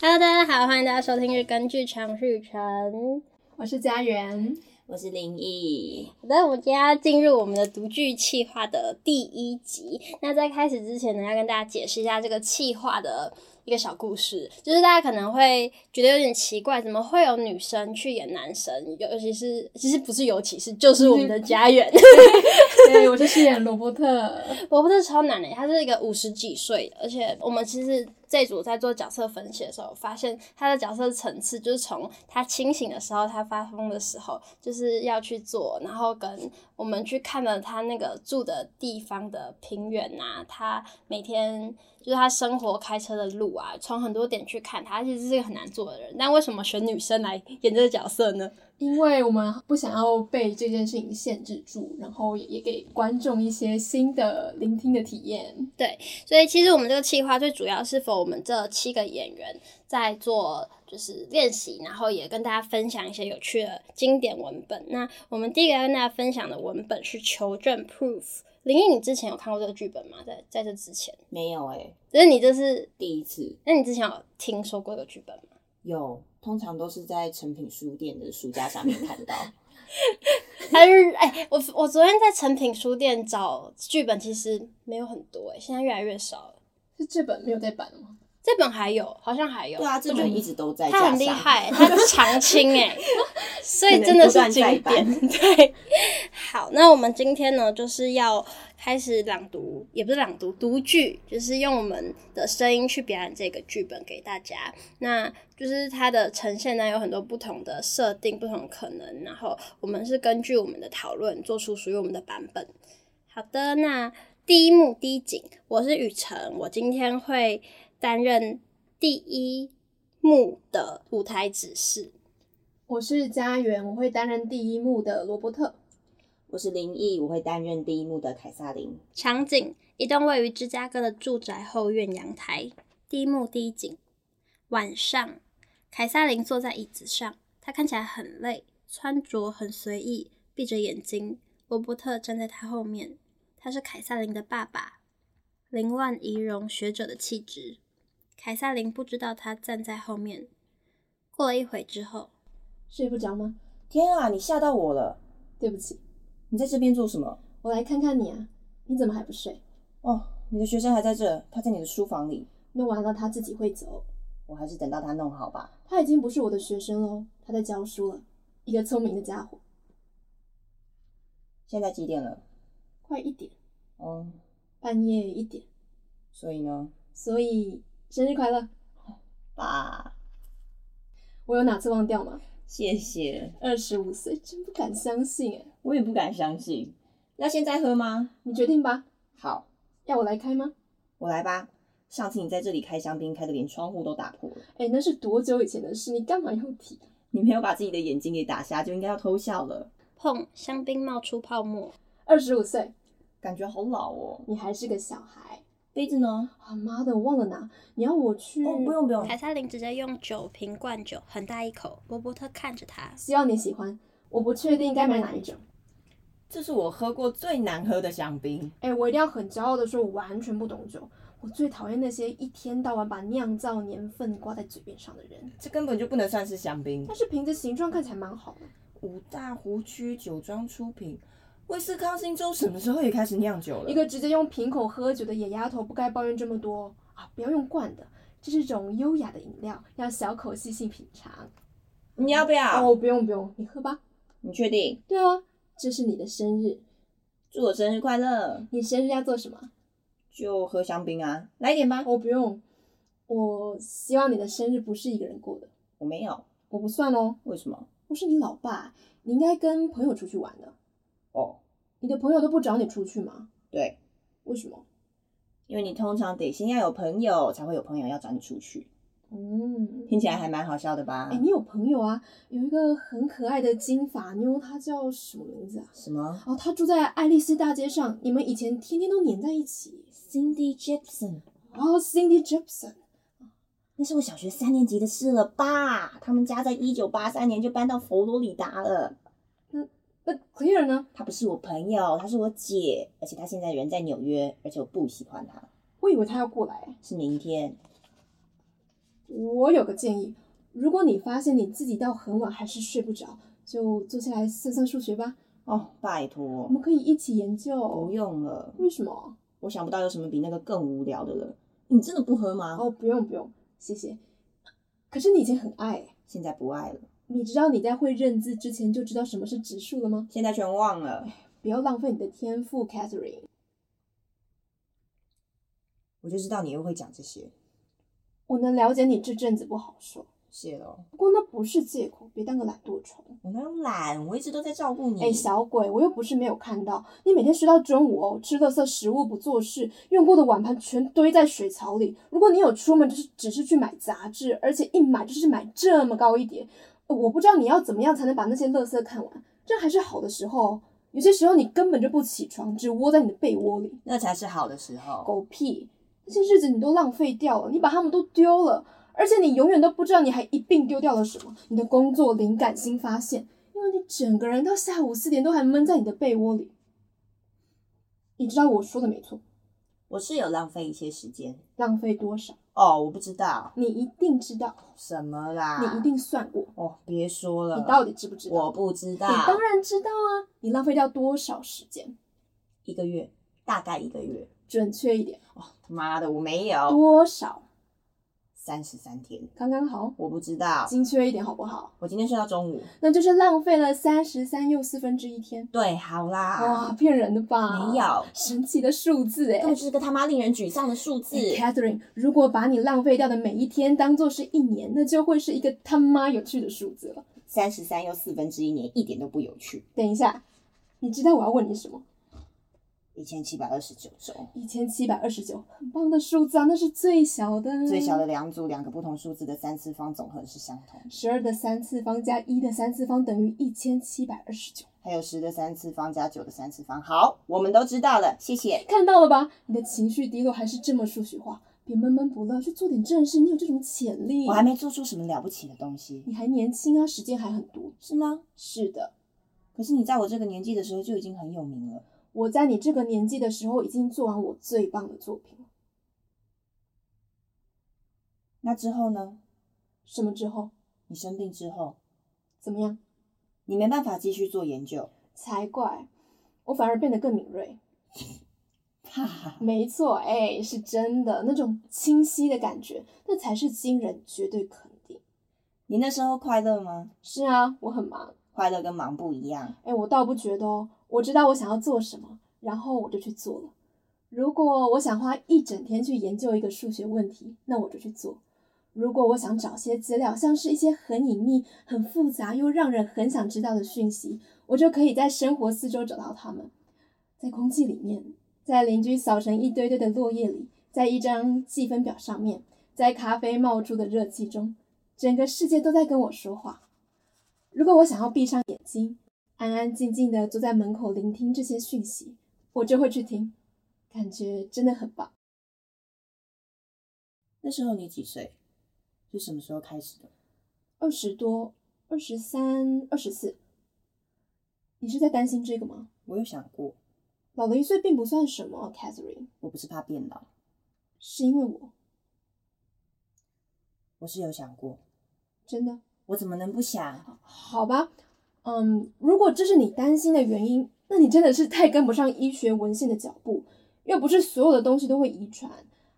大家好，欢迎大家收听《日更剧场日程》。我是家园，我是林毅，好的，我们今天要进入我们的读剧企划的第一集。那在开始之前呢，要跟大家解释一下这个企划的一个小故事，就是大家可能会觉得有点奇怪，怎么会有女生去演男生？尤其是其实不是尤其是，就是我们的家园。 对，我是饰演罗伯特。罗伯特超难的，他是一个五十几岁的，而且我们其实这一组在做角色分析的时候，发现他的角色层次就是从他清醒的时候，他发疯的时候，就是要去做，然后跟我们去看了他那个住的地方的平原啊，他每天就是他生活开车的路啊，从很多点去看他，他其实是一个很难做的人。但为什么选女生来演这个角色呢？因为我们不想要被这件事情限制住，然后也也给观众一些新的聆听的体验。所以其实我们这个企划最主要是否我们这七个演员在做就是练习，然后也跟大家分享一些有趣的经典文本。那我们第一个要跟大家分享的文本是《求证 Proof》。林毅，你之前有看过这个剧本吗？在在这之前，没有哎、只是你这是，第一次那你之前有听说过这个剧本吗？有，通常都是在诚品书店的书架上面看 到。还是哎、我我昨天在诚品书店找剧本，其实没有很多哎、现在越来越少了。是这本没有在版的吗？这本还有，好像还有。对啊，这本一直都在架上。他很厉害，他常青 哎，所以真的是经可典。能对，好，那我们今天呢，就是要开始朗读，也不是朗读，读剧，就是用我们的声音去表演这个剧本给大家。那就是它的呈现呢，有很多不同的设定、不同的可能，然后我们是根据我们的讨论做出属于我们的版本。好的，那第一幕第一景，我是雨辰，我今天会担任第一幕的舞台指示。我是家园，我会担任第一幕的罗伯特。 我是林毅，我会担任第一幕的凯撒琳。场景：一栋位于芝加哥的住宅后院阳台。第一幕第一景，晚上，凯撒琳坐在椅子上，她看起来很累，穿着很随意，闭着眼睛。罗伯特站在她后面，他是凯撒琳的爸爸，凌乱仪容学者的气质。凯撒琳不知道他站在后面。过了一会之后，睡不着吗？天啊，你吓到我了！对不起，你在这边做什么？我来看看你啊，你怎么还不睡？哦，你的学生还在这，他在你的书房里。弄完了他自己会走，我还是等到他弄好吧。他已经不是我的学生喽，他在教书了。一个聪明的家伙，现在几点了？快一点，嗯，半夜一点，所以呢？所以生日快乐！爸，我有哪次忘掉吗？谢谢。二十五岁，真不敢相信哎！我也不敢相信。要现在喝吗？你决定吧，好，要我来开吗？我来吧。上次你在这里开香槟，开的连窗户都打破了。哎，那是多久以前的事？你干嘛又提？你没有把自己的眼睛给打瞎，就应该要偷笑了。碰香槟冒出泡沫。二十五岁，感觉好老哦。你还是个小孩杯子呢？啊！妈的，我忘了拿。你要我去？哦，不。用不用嗯凯。撒琳直接用酒瓶灌酒，很大一口。罗伯特看着他，希望你喜欢。我不确定该买哪一种。这是我喝过最难喝的香槟。哎，我一定要很骄傲的说，我完全不懂酒。我最讨厌那些一天到晚把酿造年份挂在嘴边上的人。这根本就不能算是香槟但。是瓶子形状看起来蛮好的。五大湖区酒庄出品，威斯康星州什么时候也开始酿酒了？一个直接用瓶口喝酒的野丫头，不该抱怨这么多啊！不要用罐的，这是一种优雅的饮料，要小口细细品尝。你要不要？哦，不用不用，你喝吧。你确定？对啊，这是你的生日，祝我生日快乐！你生日要做什么？就喝香槟啊，来一点吧。哦，不用，我希望你的生日不是一个人过的，我没有，我不算哦，为什么？我是你老爸，你应该跟朋友出去玩的。哦，你的朋友都不找你出去吗？对，为什么？因为你通常得先要有朋友，才会有朋友要找你出去。嗯，听起来还蛮好笑的吧？哎，你有朋友啊？有一个很可爱的金发妞，她叫什么名字啊？什么哦，她住在爱丽丝大街上，你们以前天天都黏在一起。 ？Cindy Jackson。哦，Cindy Jepson，那是我小学三年级的事了吧？他们家在一九八三年就搬到佛罗里达了。那 Clear 呢？她不是我朋友，她是我姐，而且她现在人在纽约，而且我不喜欢她。我以为她要过来。是明天，我有个建议，如果你发现你自己到很晚还是睡不着，就坐下来算算数学吧。哦，拜我托，们可以一起研不究。用了，为什么？我想不到有什么比那个更无聊的了。你真的不喝吗？哦，不用不用，谢谢。可是你以前很爱欸，现在不爱了，你知道你在会认字之前就知道什么是指数了吗？现在全忘了。哎不要浪费你的天赋，Catherine。我就知道你又会讲这些，我能了解你这阵子不好受，谢喽。不过那不是借口，别当个懒惰虫。我哪有懒？我一直都在照顾你。哎、小鬼，我又不是没有看到，你每天睡到中午哦，吃垃圾食物不做事，用过的碗盘全堆在水槽里。如果你有出门，就是只是去买杂志，而且一买就是买这么高一叠。呃我不知道你要怎么样才能把那些垃圾看完，这还是好的时候哦。有些时候你根本就不起床，只窝在你的被窝里。那才是好的时候。狗屁！那些日子你都浪费掉了，你把它们都丢了，而且你永远都不知道你还一并丢掉了什么。你的工作、灵感、新发现，因为你整个人到下午四点都还闷在你的被窝里。你知道我说的没错，我是有浪费一些时间浪费多少？哦，我不知道你一定知道，什么啦。你一定算过，哦，别说了，你到底知不知道？我不知道你，当然知道啊！你浪费掉多少时间？一个月，大概一个月。准确一点，哦，他妈的，我没有多少？三十三天，刚刚好，我不知道。精确一点好不好？我今天睡到中午。那就是浪费了三十三又四分之一天。对，好啦，哇，骗人的吧？啊没，有，神奇的数字哎、根本就是个他妈令人沮丧的数字。 c a t h e r i n e 如果把你浪费掉的每一天当做是一年，那就会是一个他妈有趣的数字了。三十三又四分之一年，一点都不有趣。等一下，你知道我要问你什么？一千七百二十九周，一千七百二十九，很棒的数字啊，那是最小的，最小的两组两个不同数字的三次方总和是相同的，十二的三次方加一的三次方等于一千七百二十九。还有十的三次方加九的三次方。好，我们都知道了，谢谢。看到了吧？你的情绪低落还是这么数学化，别闷闷不乐，去做点正事，你有这种潜力。我还没做出什么了不起的东西，你还年轻啊，时间还很多。是吗？是的，可是你在我这个年纪的时候就已经很有名了。我在你这个年纪的时候已经做完我最棒的作品了。那之后呢？什么之后你生病之后，怎么样？你没办法继续做研究，才怪！我反而变得更敏锐。哈哈。没错，哎，是真的，那种清晰的感觉，那才是经人绝对肯定。你那时候快乐吗？是啊，我很忙，快乐跟忙不一样。哎，我倒不觉得哦，我知道我想要做什么，然后我就去做了。如果我想花一整天去研究一个数学问题，那我就去做。如果我想找些资料，像是一些很隐秘、很复杂又让人很想知道的讯息，我就可以在生活四周找到它们，在空气里面，在邻居扫成一堆堆的落叶里，在一张计分表上面，在咖啡冒出的热气中，整个世界都在跟我说话。如果我想要闭上眼睛，安安静静的坐在门口聆听这些讯息，我就会去听，感觉真的很棒。那时候你几岁？是什么时候开始的？二十多，二十三，二十四，你是在担心这个吗？我有想过，老了一岁并不算什么，Catherine，我不是怕变老，是因为我我是有想过，真的我怎么能不想？好吧，嗯，如果这是你担心的原因，那你真的是太跟不上医学文献的脚步，又不是所有的东西都会遗传，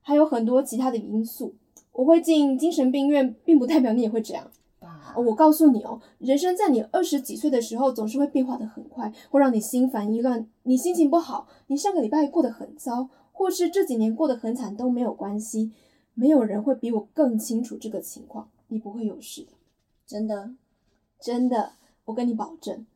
还有很多其他的因素。我会进精神病院，并不代表你也会这样。爸哦，我告诉你哦，人生在你二十几岁的时候总是会变化的很快，会让你心烦意乱，你心情不好，你上个礼拜过得很糟，或是这几年过得很惨都没有关系，没有人会比我更清楚这个情况，你不会有事的，真的，真的，我跟你保证，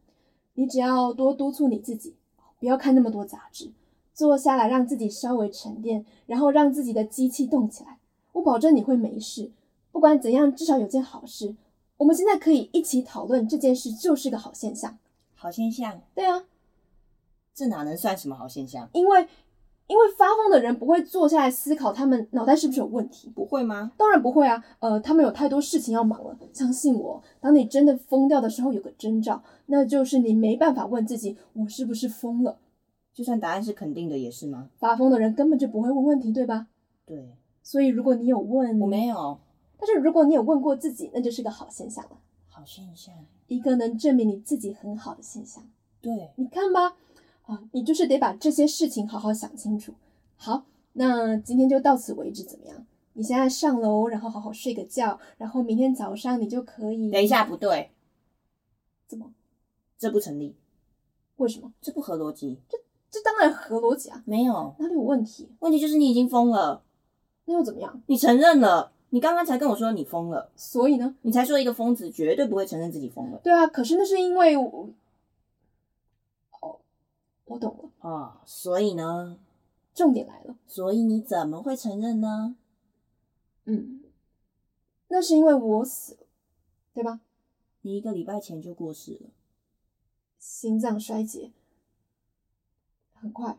你只要多督促你自己，不要看那么多杂志，坐下来让自己稍微沉淀，然后让自己的机器动起来，我保证你会没事。不管怎样，至少有件好事。我们现在可以一起讨论这件事，就是个好现象。好现象，对啊，这哪能算什么好现象？因为因为发疯的人不会坐下来思考他们脑袋是不是有问题，不会吗？当然不会啊，呃，他们有太多事情要忙了。相信我，当你真的疯掉的时候，有个征兆，那就是你没办法问自己，我是不是疯了？就算答案是肯定的，也是吗？发疯的人根本就不会问问题，对吧？对，所以如果你有问，我没有，但是如果你有问过自己，那就是个好现象了，好现象。一个能证明你自己很好的现象。对，你看吧，啊，你就是得把这些事情好好想清楚。好，那今天就到此为止，怎么样？你现在上楼，然后好好睡个觉，然后明天早上你就可以。等一下，不对，怎么？这不成立，为什么？这不合逻辑。这当然合逻辑啊，没有，哪里有问题？问题就是你已经疯了，那又怎么样？你承认了，你刚刚才跟我说你疯了，所以呢？你才说一个疯子绝对不会承认自己疯了对啊，可是那是因为我，哦，我懂了。啊、所以呢，重点来了，所以你怎么会承认呢？嗯，那是因为我死了，对吧？你一个礼拜前就过世了，心脏衰竭，很快，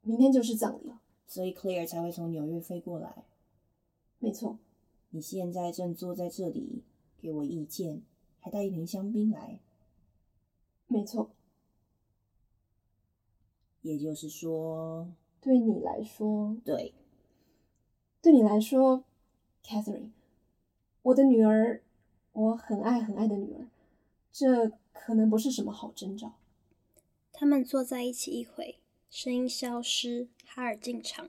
明天就是葬礼了。所以 Claire 才会从纽约飞过来。没错，你现在正坐在这里给我意见，还带一瓶香槟来，没错，也就是说，对你来说，对，对你来说，Catherine，我的女儿，我很爱很爱的女儿，这可能不是什么好征兆。他们坐在一起一会，声音消失，哈尔进场，